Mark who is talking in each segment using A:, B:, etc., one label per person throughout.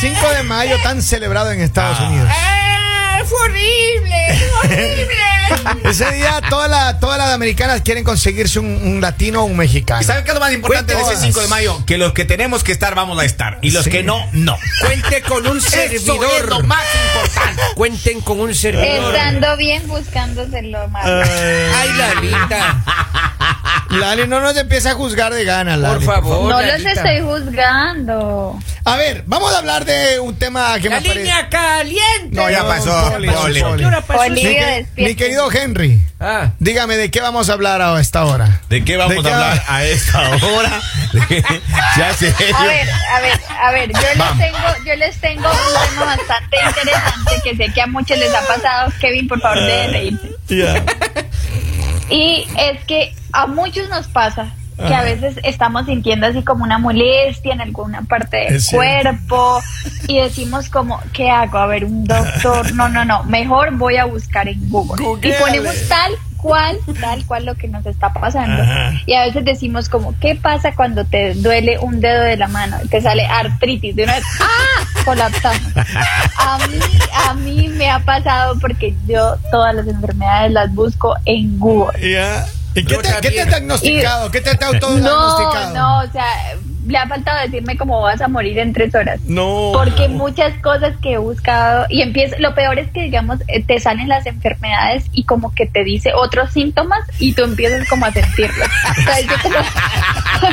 A: 5 de mayo tan celebrado en Estados Unidos.
B: ¡Ah, fue horrible! ¡Fue horrible!
A: Ese día todas las todas las americanas quieren conseguirse un, un latino o un mexicano.
C: ¿Y saben qué es lo más importante de ese
A: Cuentas.
C: 5 de mayo? Que los que tenemos que estar, vamos a estar. Y los
A: Sí.
C: que no, no.
D: Cuente con un
C: Eso es lo
D: servidor.
C: más importante.
D: Cuenten con un servidor.
E: Estando bien buscándose lo malo.
D: Ay, Lalita.
A: Lali, no nos empieza a juzgar de gana, Lali.
D: Por favor.
E: No los
D: Lalita.
E: estoy juzgando.
A: A ver, vamos a hablar de un tema que
D: La
A: me parece.
D: línea caliente. pues,
C: No, ya pasó,
D: Poli,
C: Poli.
D: ¿Qué hora pasó?
A: Mi,
E: Olivia,
A: que-
E: despierta.
A: mi querido Henry,
D: Ah.
A: dígame de qué vamos a hablar a esta hora.
C: ¿De qué vamos
A: ¿De
C: a hablar a esta hora? ya sé.
E: A ver, a ver, a ver, yo les
C: Vamos.
E: tengo, yo les tengo un tema bastante interesante que sé que a muchos les ha pasado. Kevin, por favor, de reírse. Y es que a muchos nos pasa que a veces estamos sintiendo así como una molestia en alguna parte del
A: Es cierto.
E: cuerpo y decimos como, ¿qué hago? A ver, un doctor. No, no, no, mejor voy a buscar en Google.
A: Googleale.
E: Y ponemos tal cual, tal cual lo que nos está pasando. Y a veces decimos como, ¿qué pasa cuando te duele un dedo de la mano? Te sale artritis de una vez. ¡Ah! Colapsamos. A mí, a mí me ha pasado porque yo todas las enfermedades las busco en Google.
A: ¿Y qué
D: Yo
A: te, qué te
D: también.
A: has diagnosticado? ¿Qué te has
E: No,
A: autodiagnosticado?
E: no, o sea, le ha faltado decirme cómo vas a morir en tres horas.
A: No.
E: Porque muchas cosas que he buscado y empiezo, lo peor es que digamos eh, te salen las enfermedades y como que te dice otros síntomas y tú empiezas como a sentirlos. O sea, yo como-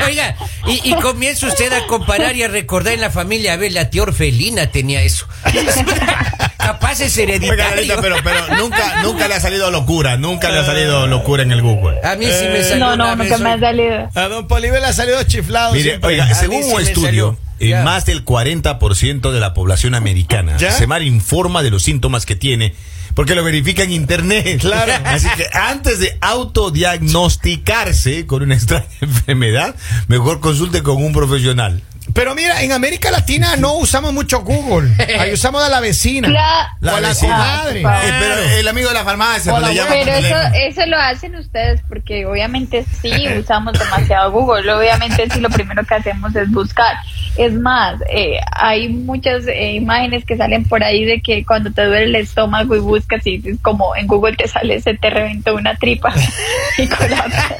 D: Oiga, y, y comienza usted a comparar y a recordar en la familia. A ver, la tía Orfelina tenía eso. Capaz es
C: Oiga, Lolita,
D: hereditario.
C: pero, pero nunca, nunca le ha salido locura. Nunca le ha salido locura en el Google.
D: A mí sí
C: eh,
D: me salió
E: no,
D: una
E: no,
D: vez
E: nunca me
D: hoy.
E: ha salido.
A: A don Polibe le ha salido chiflado.
C: Mire,
A: siempre.
C: oiga,
D: A mí
C: según
D: sí
C: un
D: me
C: estudio,
D: salió.
C: eh,
D: Ya.
C: más del 40% de la población americana
A: ¿Ya?
C: se mal informa de los síntomas que tiene porque lo verifica en internet.
A: Claro.
C: Así que antes de autodiagnosticarse con una extraña enfermedad, mejor consulte con un profesional.
A: Pero mira, en América Latina no usamos mucho Google. Ahí usamos a la vecina.
E: Cla-
A: o a la
C: vecina.
A: comadre.
C: Eh, pero el amigo de la farmacia,
A: Hola,
C: cuando le llama por
E: Pero eso,
C: teléfono.
E: eso lo hacen ustedes porque obviamente sí usamos demasiado Google, obviamente sí lo primero que hacemos es buscar. Es más, eh, hay muchas eh, imágenes que salen por ahí de que cuando te duele el estómago y buscas y dices como en Google te sale, se te reventó una tripa y colapsas.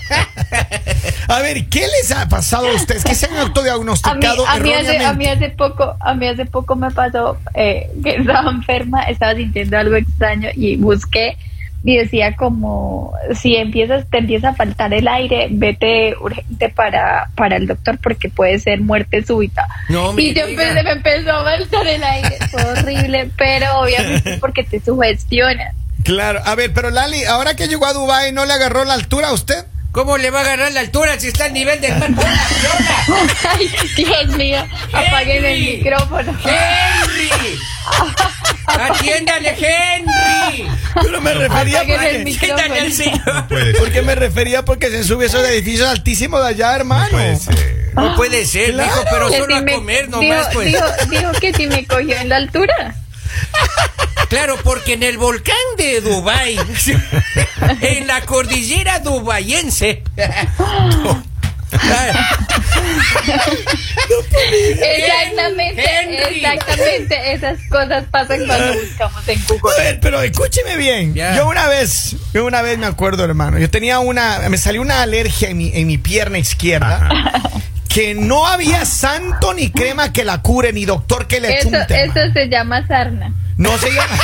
A: A ver, ¿qué les ha pasado a ustedes? ¿Qué se han
E: A mí,
A: autodiagnosticado
E: a, mí hace,
A: erróneamente?
E: a mí hace poco, a mí hace poco me pasó eh, que estaba enferma, estaba sintiendo algo extraño y busqué y decía como si empiezas te empieza a faltar el aire, vete urgente para para el doctor porque puede ser muerte súbita.
D: No me
E: y yo
D: diga.
E: empecé- me empezó a faltar el aire, fue horrible, pero obviamente es porque te sugestionas.
A: Claro, a ver, pero Lali, ahora que llegó a Dubai, ¿no le agarró la altura a usted?
D: ¿Cómo le va a agarrar la altura si está al nivel del mar? ¡Hola, Lola!
E: Ay, Dios mío, apaguen el
D: Henry.
E: micrófono.
D: ¡Henry! ¡Atiéndale, Henry!
A: Pero me refería
E: Apaguen
D: ¡Atiéndale
E: el
D: al
E: micrófono.
D: señor!
C: Puede ser,
A: porque me refería porque se sube esos edificios altísimos de allá, hermano.
C: puede ser.
D: No puede ser,
A: Claro.
D: mijo, pero
E: Que
D: solo
E: si
D: a
E: me-
D: comer
E: dijo,
D: nomás, pues.
E: dijo, dijo que si me cogió en la altura.
D: Claro, porque en el volcán de Dubái, en la cordillera dubayense.
E: Exactamente,
D: Henry.
E: exactamente. Esas cosas pasan cuando buscamos en
A: A
E: Google.
A: ver, pero escúcheme bien.
D: Ya.
A: Yo una vez, yo una vez me acuerdo, hermano. Yo tenía una, me salió una alergia en mi, en mi pierna izquierda. Que no había santo ni crema que la cure, ni doctor que le
E: Eso,
A: chunte. hermano.
E: eso se llama sarna.
A: No se llama.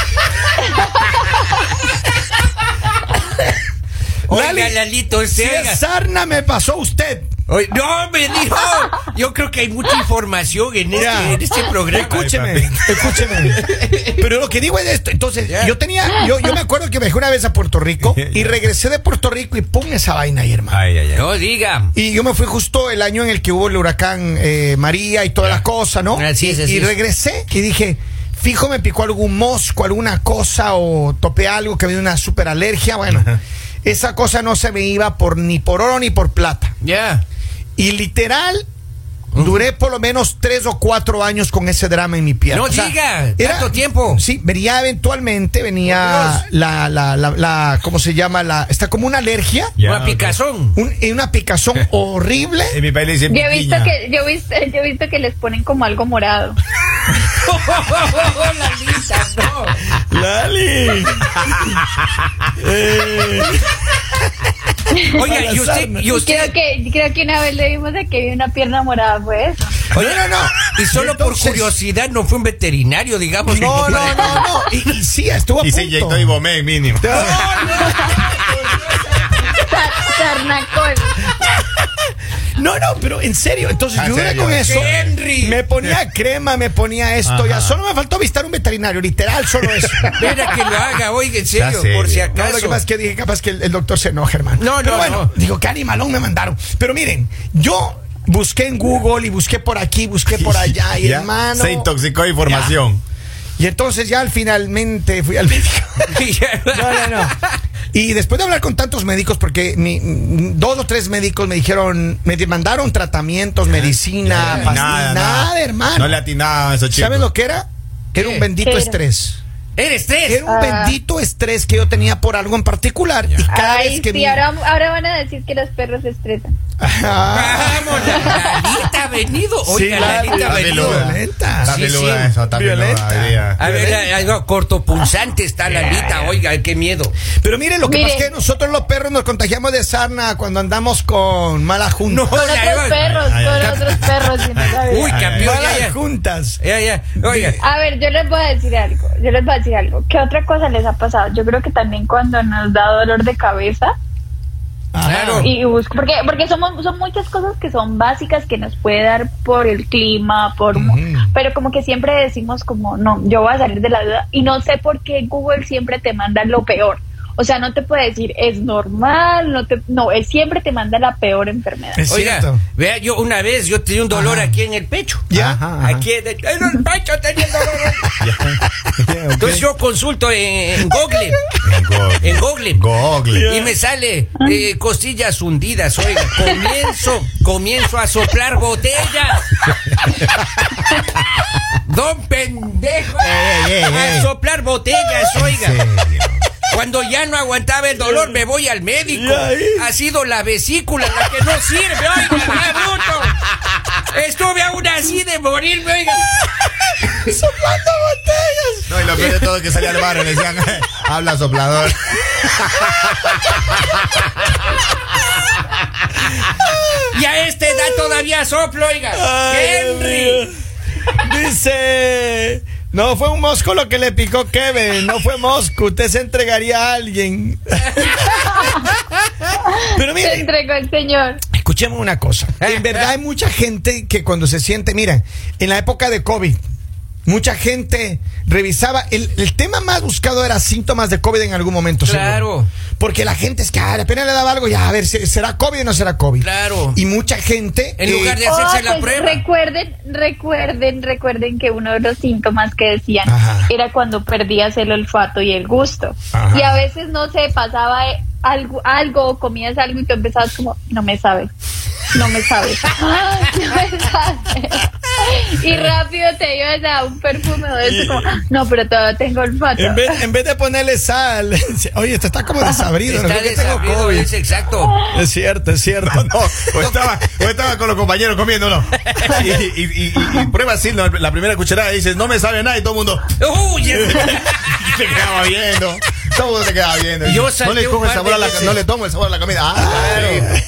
D: Oiga,
A: Lali,
D: Lalito,
A: Si
D: ese.
A: es sarna me pasó usted.
D: Oye, no, me dijo. Yo creo que hay mucha información en este,
A: Ya.
D: en este programa.
A: Escúcheme, escúcheme. Pero lo que digo es esto. Entonces,
D: Ya.
A: yo tenía, yo, yo me acuerdo que viajé una vez a Puerto Rico y regresé de Puerto Rico y pum esa vaina ahí, hermano.
C: Ay, ay, ay.
D: No diga.
A: Y yo me fui justo el año en el que hubo el huracán eh, María y todas las cosas, ¿no?
D: Así es,
A: Y-
D: así
A: y,
D: es.
A: regresé y dije, fijo me picó algún mosco, alguna cosa o topé algo que me dio una super alergia. Bueno, esa cosa no se me iba por ni por oro ni por plata.
D: Ya.
A: Y literal, duré por lo menos tres o cuatro años con ese drama en mi pierna.
D: No diga, tanto tiempo.
A: Sí, venía eventualmente, venía la, la, la, la- ¿cómo se llama? La, está como una alergia,
C: Ya,
D: Una
C: ok.
D: picazón.
A: un- y una picazón horrible.
C: En mi país le dicen
E: Yo he visto
C: piquiña.
E: que, yo he visto, yo he visto que les ponen como algo morado.
D: Lalita, no.
A: Lali. Eh,
D: Oiga, y usted,
A: Abrazarme.
D: y
E: Creo
D: usted,
E: que, creo que una vez le dimos a que vi una pierna morada, pues.
D: oiga,
A: No, no, no.
D: Y solo
A: Entonces-
D: por curiosidad no fue un veterinario, digamos.
A: no, no, no, no. Y, y sí, estuvo a
C: Y se
A: punto.
C: inyectó Ibomé mínimo.
E: Sar- Sarnacol.
A: No, no, pero en serio. Entonces
C: Ah,
A: yo era
C: serio.
A: con eso.
D: Henry.
A: Me ponía crema, me ponía esto. Ya
C: Ajá.
A: solo me faltó visitar un veterinario, literal, solo eso.
D: Espera que lo haga, oiga, en serio,
C: serio.
D: por si
A: No, lo
D: acaso.
A: que pasa es que dije capaz que el, el doctor se enoja, hermano.
D: No,
A: Pero
D: no,
A: bueno,
D: no.
A: digo, qué animalón me mandaron. Pero miren, yo busqué en Google y busqué por aquí, busqué por allá, y
C: Ya,
A: hermano.
C: Se intoxicó de información.
A: Y entonces ya al finalmente fui al médico. No, no, no. Y después de hablar con tantos médicos, porque mi- mm, dos o tres médicos me dijeron, me mandaron tratamientos, medicina,
C: Nada,
A: pastillas,
C: nada,
A: nada, hermano.
C: No le atinaban a esos chicos.
A: ¿Sabes lo que era? Que era
D: ¿Qué?
A: un bendito
E: ¿Qué era?
A: estrés.
D: Eres tres.
A: Era un
E: Ah.
A: bendito estrés que yo tenía por algo en particular. Y cada
E: Ay,
A: vez que
E: sí,
A: mi-
E: ahora, ahora van a decir que los perros se estresan.
A: Ajá.
D: Vamos, la- Lalita ha venido. Oiga,
A: Sí, la-
D: Lalita ha
A: la-
D: venido.
A: la- violenta.
C: Está
D: Sí,
C: peluda
D: sí.
C: eso, está peluda,
A: Violenta.
C: diría.
D: A ver, eh,
A: Violenta.
D: algo cortopunzante está Lalita, oiga, qué miedo.
A: Pero miren lo que
E: Miren.
A: pasa es que nosotros los perros nos contagiamos de sarna cuando andamos con mala junta.
D: No,
E: Con
D: la-
E: otros perros,
C: ay, ay.
E: con otros perros. si no sabes.
D: Uy,
C: Ay,
D: campeón,
A: Malas
D: ya, ya.
A: juntas.
D: Ya, ya. Oiga,
E: A ver, yo les voy a decir algo, yo les voy a decir algo. ¿Qué otra cosa les ha pasado? Yo creo que también cuando nos da dolor de cabeza
D: claro.
E: y busco, porque, porque somos, son muchas cosas que son básicas que nos puede dar por el clima, por... Pero como que siempre decimos como, no, yo voy a salir de la duda y no sé por qué Google siempre te manda lo peor. O sea, no te puede decir es normal, no te, no, él siempre te manda la peor enfermedad.
A: Es
D: Oiga,
A: cierto.
D: vea, yo una vez yo tenía un dolor aquí en el pecho.
A: Ya.
D: Ajá,
A: ajá.
D: Aquí en el, en el pecho tenía el dolor. Entonces yo consulto en, en Google. En Google.
C: Google.
D: Y me sale eh, costillas hundidas, oiga. Comienzo, comienzo a soplar botellas. Don pendejo.
C: Ey, ey, ey, ey.
D: A soplar botellas, oiga.
C: ¿En serio?
D: Cuando ya no aguantaba el dolor, me voy al médico.
A: ¿Y ahí?
D: Ha sido la vesícula la que no sirve, oiga, la bruto. Estuve aún así de morirme, oiga.
C: No, y lo peor de todo es que salía al barrio y le decían, habla soplador.
D: Y a esta edad todavía soplo, oiga. Henry.
A: Dice. No fue un mosco lo que le picó Kevin, no fue mosco, usted se entregaría a alguien. Pero
E: Te
A: miren,
E: entregó el Señor.
A: escuchemos una cosa.
D: Ah,
A: En verdad hay mucha gente que cuando se siente, mira, en la época de COVID, mucha gente revisaba, el, el tema más buscado era síntomas de COVID en algún momento. seguro.
D: Claro.
A: Porque la gente es que ah, apenas le daba algo, ya a ver, ¿se- ¿será COVID o no será COVID?
D: Claro.
A: Y mucha gente...
D: En lugar de- hacerse
E: Ah,
D: la prueba.
E: Recuerden, recuerden, recuerden que uno de los síntomas que decían
A: Ajá.
E: era cuando perdías el olfato y el gusto.
A: Ajá.
E: Y a veces no se pasaba eh, algo, algo o comías algo y tú empezabas como, no me sabe, no me sabe, "Ay, no me sabe. Y rápido te ibas a un perfume o de eso como, no, pero todavía tengo olfato.
A: En vez, en vez de ponerle sal, oye, esto está como desabrido. no
D: Está
A: creo que tengo
D: desabrido,
A: COVID.
D: es exacto.
A: Es cierto, es cierto.
C: No, no, o estaba, o estaba con los compañeros comiéndolo. Y, y- y- y- y prueba así, ¿no? la primera cucharada y dices, no me sabe nada, y todo el mundo
D: Uy, es-
C: y se quedaba viendo. Todo el mundo se quedaba viendo.
D: Yo
C: no
D: salté
C: le
D: un
C: cojo el
D: par de
C: sabor a la
D: veces.
C: no le tomo el sabor a la comida. Ah,
D: Claro.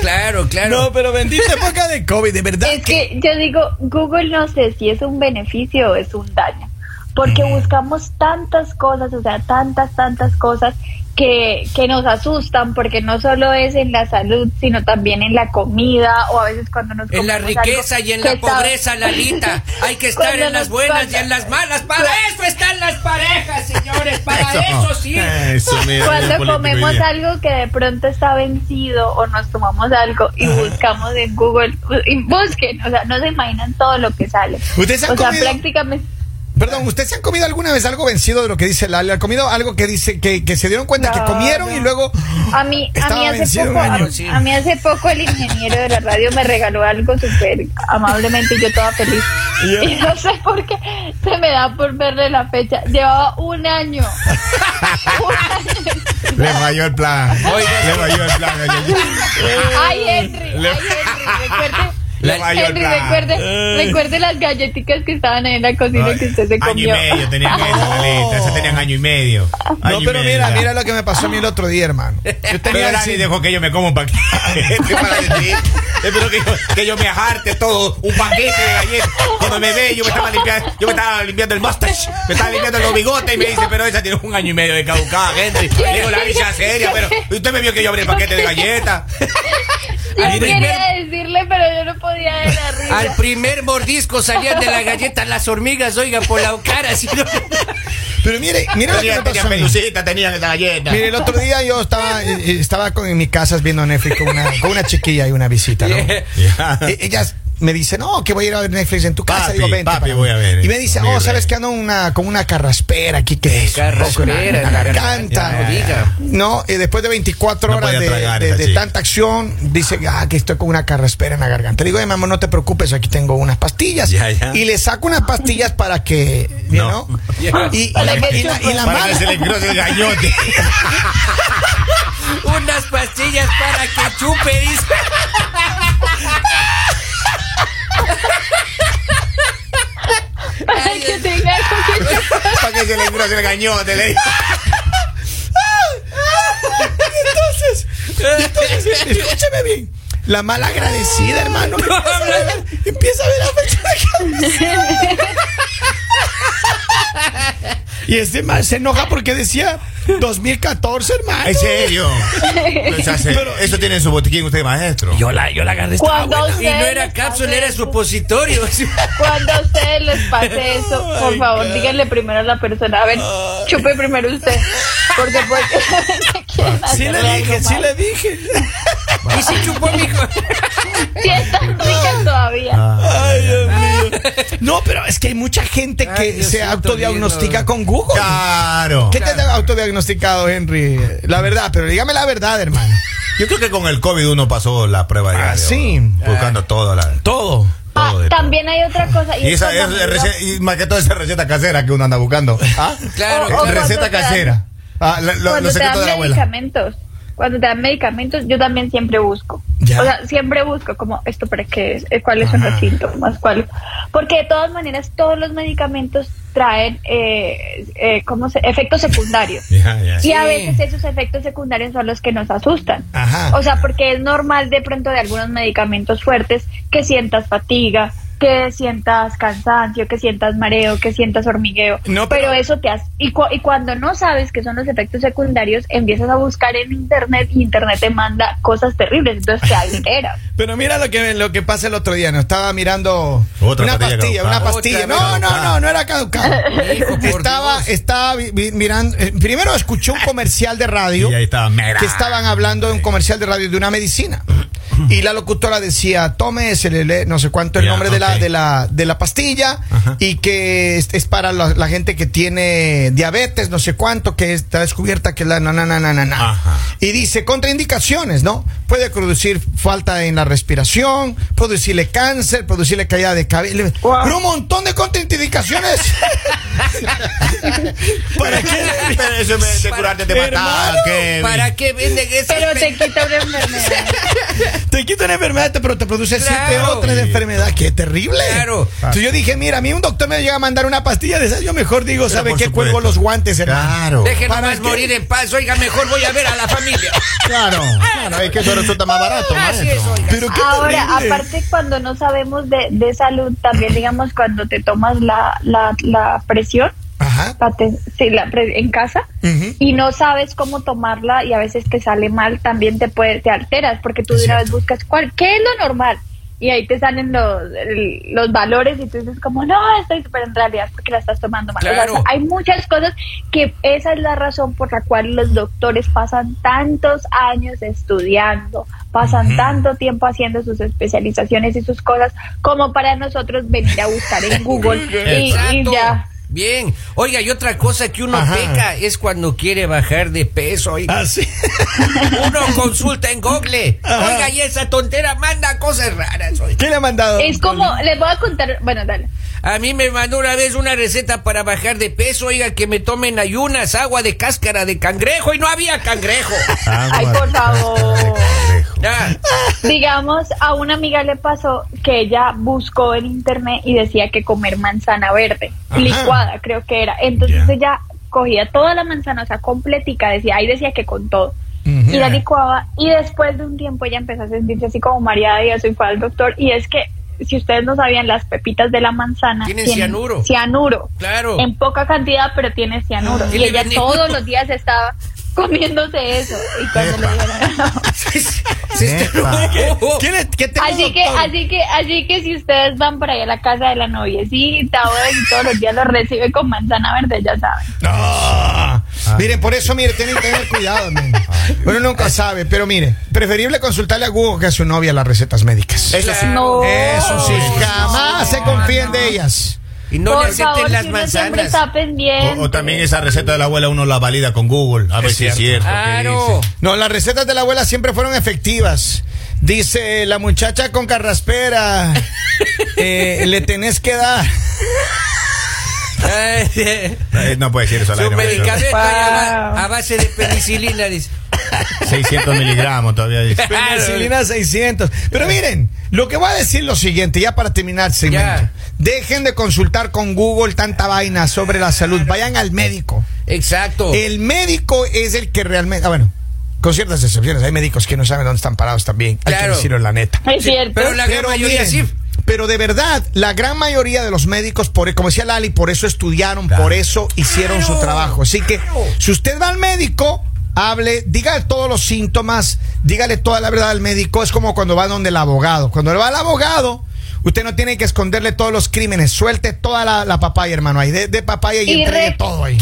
D: Claro,
A: No,
D: claro.
A: pero bendita época de COVID, de verdad.
E: Es que yo digo, Google no sé si es un beneficio o es un daño, porque buscamos tantas cosas, o sea, tantas, tantas cosas que, que nos asustan, porque no solo es en la salud, sino también en la comida o a veces cuando nos...
D: En la
E: comemos algo
D: riqueza y en
E: que
D: la
E: está-
D: pobreza, Lalita. Hay que estar
E: Cuando
D: en las
E: nos
D: buenas y
E: pasa-
D: en las malas. Para eso están las parejas, señores. Para
C: Eso.
D: eso sí.
C: Eso, mira,
E: Cuando
C: político hoy
E: comemos
C: día.
E: algo que de pronto está vencido o nos tomamos algo y buscamos en Google, y busquen, o sea, no se imaginan todo lo que sale.
A: ¿Ustedes han
E: o sea,
A: comido?
E: prácticamente...
A: Perdón, ¿ustedes se han comido alguna vez algo vencido de lo que dice Lali? ¿Han comido algo que dice que, que se dieron cuenta que
E: No,
A: comieron
E: no.
A: y luego
E: A mí, a
A: estaba
E: mí hace
A: vencido
E: poco,
A: un
E: a,
A: año?
D: sí.
E: a mí hace poco el ingeniero de la radio me regaló algo súper amablemente y yo toda feliz. Y no sé por qué se me da por verle la fecha. Llevaba un año. Un año.
C: Le falló el plan.
D: Oiga.
C: Le falló el plan.
E: Ay, Henry, ay, Henry, recuerde,
D: La-
C: Ay,
E: Henry,
C: hola.
E: recuerde, recuerde las galletitas que estaban ahí en la cocina que usted se
C: Año y
E: comió.
C: medio tenían eso, Lalita, Esas tenían año y medio.
A: No,
C: Año y
A: pero
C: medio
A: mira,
C: ya.
A: mira lo que me pasó a mí el otro día, hermano. Yo
C: Pero
A: tenía
C: Dani
A: así-
C: dejó que yo me como un paquete. para decir. Espero que yo, que yo me ajarte todo. Un paquete de galletas. Cuando me ve, yo me estaba limpiando, yo me estaba limpiando el mustache. Me estaba limpiando los bigotes y me dice, pero esa tiene un año y medio de caducada, gente. Le digo, la bicha seria, pero usted me vio que yo abrí el paquete de galletas.
E: Yo
D: Al
E: quería
D: primer-
E: decirle, pero yo no podía de la risa.
D: Al primer mordisco salían de la galleta las hormigas, oiga, por la cara. así no-
A: Pero mire, mira lo que me
C: Tenía,
A: pasó
C: tenía
A: a mí.
C: pelucita, tenía esa galleta.
A: Mire, el otro día yo estaba, eh, eh, estaba con- en mi casa viendo Netflix con una, con una chiquilla y una visita, ¿no?
D: Yeah.
C: Ya.
A: E- Ella me dice, no, que voy a ir a ver Netflix en tu casa.
C: Papi,
A: Digo, vente.
C: papi,
A: para
C: voy
A: acá".
C: a ver.
A: Y me dice,
C: Mi
A: oh, ¿sabes
C: rey.
A: que ando una, con una carraspera aquí? que es?
D: Carraspera
A: Una- una
D: en la
A: garganta.
D: garganta, no diga.
A: No, y después de 24
C: No
A: horas
C: podía
A: de,
C: tragar
A: de-
C: esa
A: de
C: chica.
A: tanta acción, dice, ah, que estoy con una carraspera en la garganta. Le digo, "Ay, mamá, no te preocupes, aquí tengo unas pastillas.
C: Ya, ya.
A: Y le saco unas pastillas para que, you
C: No.
A: know,
D: Yeah.
A: y, y
E: Para
A: la-
E: que
A: y la, y la
C: Para
A: mala-
C: que se le cruce el gallote.
D: Unas pastillas para que chupe, dice.
E: Para que tenga con qué
C: Para que se le cruce el gañote, le digo.
A: Entonces, escúchame bien. La mala agradecida, hermano. Empieza a ver, empieza a ver la fecha de cabeza. Y este man se enoja porque decía 2014, hermano.
C: En serio. O sea, se- eso tiene en su botiquín usted, maestro.
D: Yo la, yo la agarré. estaba
E: Cuando
D: buena. Y no
E: Ah, ustedes
D: era cápsula, era
E: hacen-
D: supositorio.
E: Cuando a ustedes les pase eso, por favor, díganle primero a la persona. A ver, chupe primero usted. Porque puede que
C: Ah,
E: quieran
A: Sí
E: hacerle
A: le dije,
E: algo
A: sí
E: mal.
A: le dije.
D: Y se chupó mi hijo.
E: Sí, están ricas todavía.
C: Ah,
A: Ay, Dios mío. No, pero es que hay mucha gente que
D: Ay,
A: se
D: Diosito
A: autodiagnostica
D: lindo.
A: con Google.
C: Claro.
A: ¿Qué te has autodiagnosticado, Henry? La verdad, pero dígame la verdad, hermano.
C: Yo creo que con el COVID uno pasó la prueba diaria.
A: Ah, sí.
C: bro. Buscando todo. La,
A: Todo.
E: Ah,
C: todo de
E: también hay otra cosa.
C: todo. Y, esa,
E: es
C: es,
E: cuando
C: es
E: uno-
C: rece- y más que todo esa receta casera que uno anda buscando. ¿Ah?
D: Claro,
E: O-
C: Eh,
E: o cuando
C: receta
E: te dan-
C: casera. Ah, la- lo-
E: cuando
C: los
E: te dan
C: secretos de la abuela.
E: medicamentos, cuando te dan medicamentos, yo también siempre busco.
A: Ya.
E: O sea, siempre busco como esto para qué es, eh, cuáles son los síntomas, cuál. Porque de todas maneras todos los medicamentos traen eh, eh, ¿cómo se- efectos secundarios.
C: Ya, ya.
E: Y a
D: Sí.
E: veces esos efectos secundarios son los que nos asustan.
A: Ajá.
E: O sea, porque es normal de pronto de algunos medicamentos fuertes que sientas fatiga, que sientas cansancio, que sientas mareo, que sientas hormigueo.
A: No, pero-
E: pero, eso te hace. Y, cu- y cuando no sabes qué son los efectos secundarios, empiezas a buscar en internet y internet te manda cosas terribles. Entonces te alteras.
A: Pero mira lo que lo que pasa el otro día, no estaba mirando
C: Otra
A: una
C: pastilla
A: pastilla,
C: caducada.
A: una pastilla.
D: Otra
A: No, no,
C: caducada.
A: no, no era caducada.
D: Hijo, por
A: estaba
D: Dios.
A: estaba vi- vi- mirando eh, primero escuché un comercial de radio
C: Y ahí estaba, mira.
A: que estaban hablando de un comercial de radio de una medicina. Y la locutora decía, tome ese, le- le- no sé cuánto el
C: Ya,
A: nombre de, la,
C: ok.
A: de, la, de la pastilla
C: Ajá.
A: y que es, es para la, la gente que tiene diabetes, no sé cuánto, que está descubierta que la na, na, na, na, na, na".
C: Ajá.
A: Y dice, contraindicaciones, ¿no? Puede producir falta en la respiración, producirle cáncer, producirle caída de cabello.
E: Wow.
A: Pero un montón de contraindicaciones.
C: ¿Para qué? Pero eso es de curarte de matar.
A: Hermano,
C: Kevin.
D: ¿Para qué venden esas
E: Pero te
D: pe-
E: quita una enfermedad.
A: te quita una enfermedad, pero te produce siete
D: Claro.
A: otras de enfermedad. ¡Qué terrible!
D: Claro.
A: Entonces yo dije, mira, a mí un doctor me llega a mandar una pastilla de esas. Yo mejor digo,
C: Pero
A: ¿sabe
C: por
A: qué?
C: supuesto.
A: Cuelgo los guantes, hermano.
C: Claro.
D: Déjenme
A: ¿Para
D: más
A: qué?
D: morir en paz. Oiga, mejor voy a ver a la familia.
C: Claro. Claro, es que eso resulta más barato,
D: Así es,
C: maestro.
D: oiga.
A: Pero qué
E: Ahora,
A: terrible.
E: aparte cuando no sabemos de, de salud, también digamos cuando te tomas la, la, la presión,
A: Ajá.
E: la te- sí, la pre- en casa
A: Ujú.
E: y no sabes cómo tomarla y a veces te sale mal, también te puede, te alteras porque tú de una vez buscas cuál, qué es lo normal y ahí te salen los, el- los valores y tú dices como no estoy pero en realidad es porque la estás tomando mal. O sea,
D: Claro.
E: hay muchas cosas que esa es la razón por la cual los doctores pasan tantos años estudiando, pasan tanto tiempo haciendo sus especializaciones y sus cosas como para nosotros venir a buscar en Google y- y
D: Exacto.
E: ya
D: Bien. Oiga, y otra cosa que uno
A: Ajá.
D: peca es cuando quiere bajar de peso. oiga.
C: Ah.
A: Así.
D: Uno consulta en Google.
A: Ajá.
D: Oiga, y esa tontera manda cosas raras. oiga.
A: ¿Qué le ha mandado?
E: Es como, les voy a contar, bueno, dale.
D: A mí me mandó una vez una receta para bajar de peso. Oiga, que me tomen ayunas, agua de cáscara de cangrejo. Y no había cangrejo.
E: Ay, por favor.
D: Ah,
E: Digamos, a una amiga le pasó que ella buscó en internet y decía que comer manzana verde,
A: Ajá.
E: licuada creo que era. Entonces
C: Ya.
E: ella cogía toda la manzana, o sea, completica, decía, ahí decía que con todo.
A: Ujú.
E: Y la licuaba y después de un tiempo ella empezó a sentirse así como mareada y eso y fue al doctor. Y es que, si ustedes no sabían, las pepitas de la manzana
D: Tienen cianuro.
E: Cianuro.
D: Claro. Ah.
E: En poca cantidad, pero tiene cianuro. y
D: Tiene
E: ella
D: veneno.
E: todos los días estaba comiéndose eso. Y cuando le dijeron...
A: Epa.
D: Oh,
A: ¿Quién es- qué tengo,
E: Así que,
A: doctor?
E: así que, así que si ustedes van para allá a la casa de la noviecita o y todos los días los recibe con manzana verde, ya saben.
A: No.
C: Ah.
A: Miren, por eso, mire, tienen que tener cuidado. men. Uno nunca sabe, pero mire, preferible consultarle a Google que a su novia las recetas médicas.
C: Eso sí.
E: No.
C: Eso sí.
A: Jamás se confíen de ellas.
D: y no
E: Por
D: le acepten
E: favor,
D: las
E: si uno siempre
D: manzanas.
E: está pendiente.
C: O, o también esa receta de la abuela uno la valida con Google. A ver si es cierto. ¿qué
D: Claro.
C: dice?
A: No, las recetas de la abuela siempre fueron efectivas. Dice la muchacha con carraspera, eh, le tenés que dar.
D: Ay, eh,
C: Eh, No puede decir eso al
D: Su
C: aire, maestro.
D: medicamento
E: Wow.
D: a ba- a base de penicilina, dice.
C: 600 miligramos todavía dice.
D: Claro.
A: Penicilina 600. Pero miren, lo que voy a decir es lo siguiente, ya para terminar el segmento.
D: Ya.
A: Dejen de consultar con Google tanta vaina sobre la salud. Vayan al médico.
D: Exacto.
A: El médico es el que realmente. Ah, bueno, con ciertas excepciones. Hay médicos que no saben dónde están parados también. Hay que
D: Claro.
A: decirlo la neta.
E: Es cierto.
D: pero la- gran mayoría sí.
A: Pero de verdad, la gran mayoría de los médicos, por, como decía Lali, por eso estudiaron, por eso hicieron su trabajo. Así que, si usted va al médico, hable, dígale todos los síntomas, dígale toda la verdad al médico. Es como cuando va donde el abogado. Cuando va al abogado, usted no tiene que esconderle todos los crímenes. Suelte toda la, la papaya, hermano, ahí. De, de papaya y,
E: Y
A: entregue
E: re-
A: todo ahí.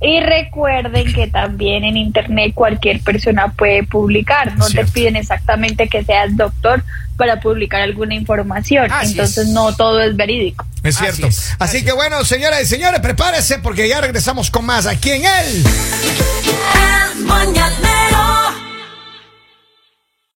E: Y recuerden que también en internet cualquier persona puede publicar. No
A: Cierto.
E: te piden exactamente que seas doctor para publicar alguna información.
D: Así
E: Entonces
D: es.
E: no todo es verídico.
A: Es
D: Así
A: cierto. Así,
D: es, así
A: que bueno, señoras y señores, prepárense porque ya regresamos con más aquí en él.
F: El mañanero